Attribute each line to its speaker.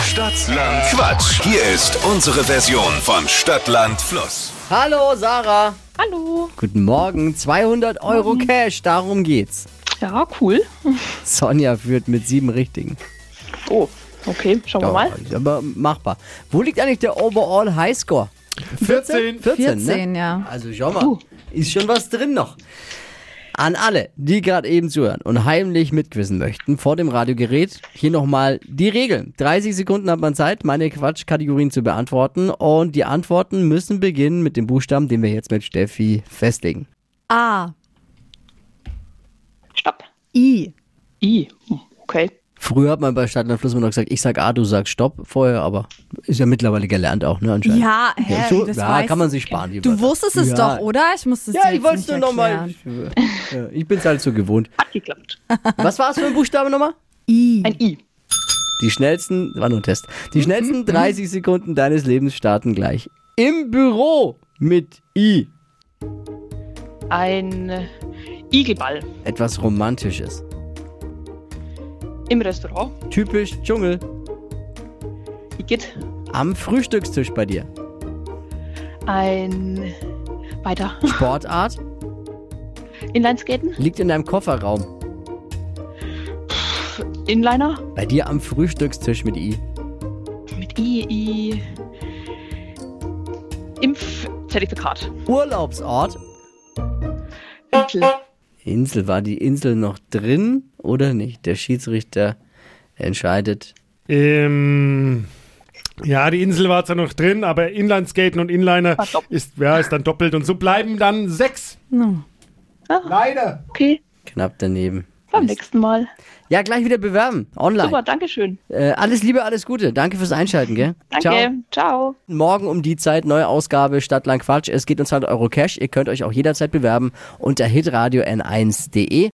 Speaker 1: Stadtland Quatsch. Hier ist unsere Version von Stadtland Fluss.
Speaker 2: Hallo Sarah.
Speaker 3: Hallo.
Speaker 2: Guten Morgen. 200 Euro Cash, darum geht's.
Speaker 3: Ja, cool.
Speaker 2: Sonja führt mit sieben richtigen.
Speaker 3: Oh, okay, schauen wir mal.
Speaker 2: Doch, Aber machbar. Wo liegt eigentlich der Overall Highscore?
Speaker 4: 14.
Speaker 2: 14,
Speaker 5: 14,
Speaker 2: ne?
Speaker 5: ja.
Speaker 2: Also schau mal, ist schon was drin noch. An alle, die gerade eben zuhören und heimlich mitquissen möchten, vor dem Radiogerät hier nochmal die Regeln. 30 Sekunden hat man Zeit, meine Quatschkategorien zu beantworten. Und die Antworten müssen beginnen mit dem Buchstaben, den wir jetzt mit Steffi festlegen.
Speaker 5: A.
Speaker 3: Stopp.
Speaker 5: Ah, I.
Speaker 3: I. Hm, Okay.
Speaker 2: Früher hat man bei Stadt und Fluss immer noch gesagt, ich sag A, du sagst Stopp vorher, aber ist ja mittlerweile gelernt auch, ne, anscheinend.
Speaker 5: Ja, hä,
Speaker 2: so,
Speaker 5: das
Speaker 2: ja
Speaker 5: weiß-
Speaker 2: kann man sich sparen. die
Speaker 5: Du
Speaker 2: Wörter.
Speaker 5: wusstest es
Speaker 2: Ja.
Speaker 5: doch, oder? Ich musste es
Speaker 2: Ja,
Speaker 5: dir
Speaker 2: ich
Speaker 5: jetzt
Speaker 2: wollte
Speaker 5: nicht
Speaker 2: es nur nochmal.
Speaker 5: erklären.
Speaker 2: Ja, ich bin's halt so gewohnt.
Speaker 3: Hat geklappt.
Speaker 2: Was war es für ein Buchstabe nochmal?
Speaker 5: I.
Speaker 3: Ein I.
Speaker 2: Die schnellsten, war nur ein Test.
Speaker 5: Mhm.
Speaker 2: Die schnellsten 30 Sekunden deines Lebens starten gleich. Im Büro mit I.
Speaker 3: Ein äh, Igelball.
Speaker 2: Etwas Romantisches.
Speaker 3: Im Restaurant.
Speaker 2: Typisch Dschungel.
Speaker 3: Igitt.
Speaker 2: Am Frühstückstisch bei dir.
Speaker 3: Ein. Weiter.
Speaker 2: Sportart
Speaker 3: Inlineskaten.
Speaker 2: liegt in deinem Kofferraum.
Speaker 3: Inliner.
Speaker 2: Bei dir am Frühstückstisch mit I.
Speaker 3: Mit I. I. Impfzertifikat.
Speaker 2: Urlaubsort.
Speaker 3: Insel.
Speaker 2: Insel, war die Insel noch drin oder nicht? Der Schiedsrichter entscheidet.
Speaker 4: Ähm, ja, die Insel war zwar noch drin, aber Inlineskaten und Inliner
Speaker 3: War doppelt.
Speaker 4: ist, ja, ist dann doppelt und so bleiben dann sechs. Leider.
Speaker 3: Okay.
Speaker 2: Knapp daneben.
Speaker 3: Beim nächsten Mal.
Speaker 2: Ja, gleich wieder bewerben. Online.
Speaker 3: Super, Dankeschön.
Speaker 2: Äh, alles Liebe, alles Gute. Danke fürs Einschalten, gell? Ciao.
Speaker 3: Danke. Ciao.
Speaker 2: Morgen um die Zeit, neue Ausgabe halt um Stadtland Quatsch. Es geht uns 200 Euro Cash. Ihr könnt euch auch jederzeit bewerben unter hitradio n1.de.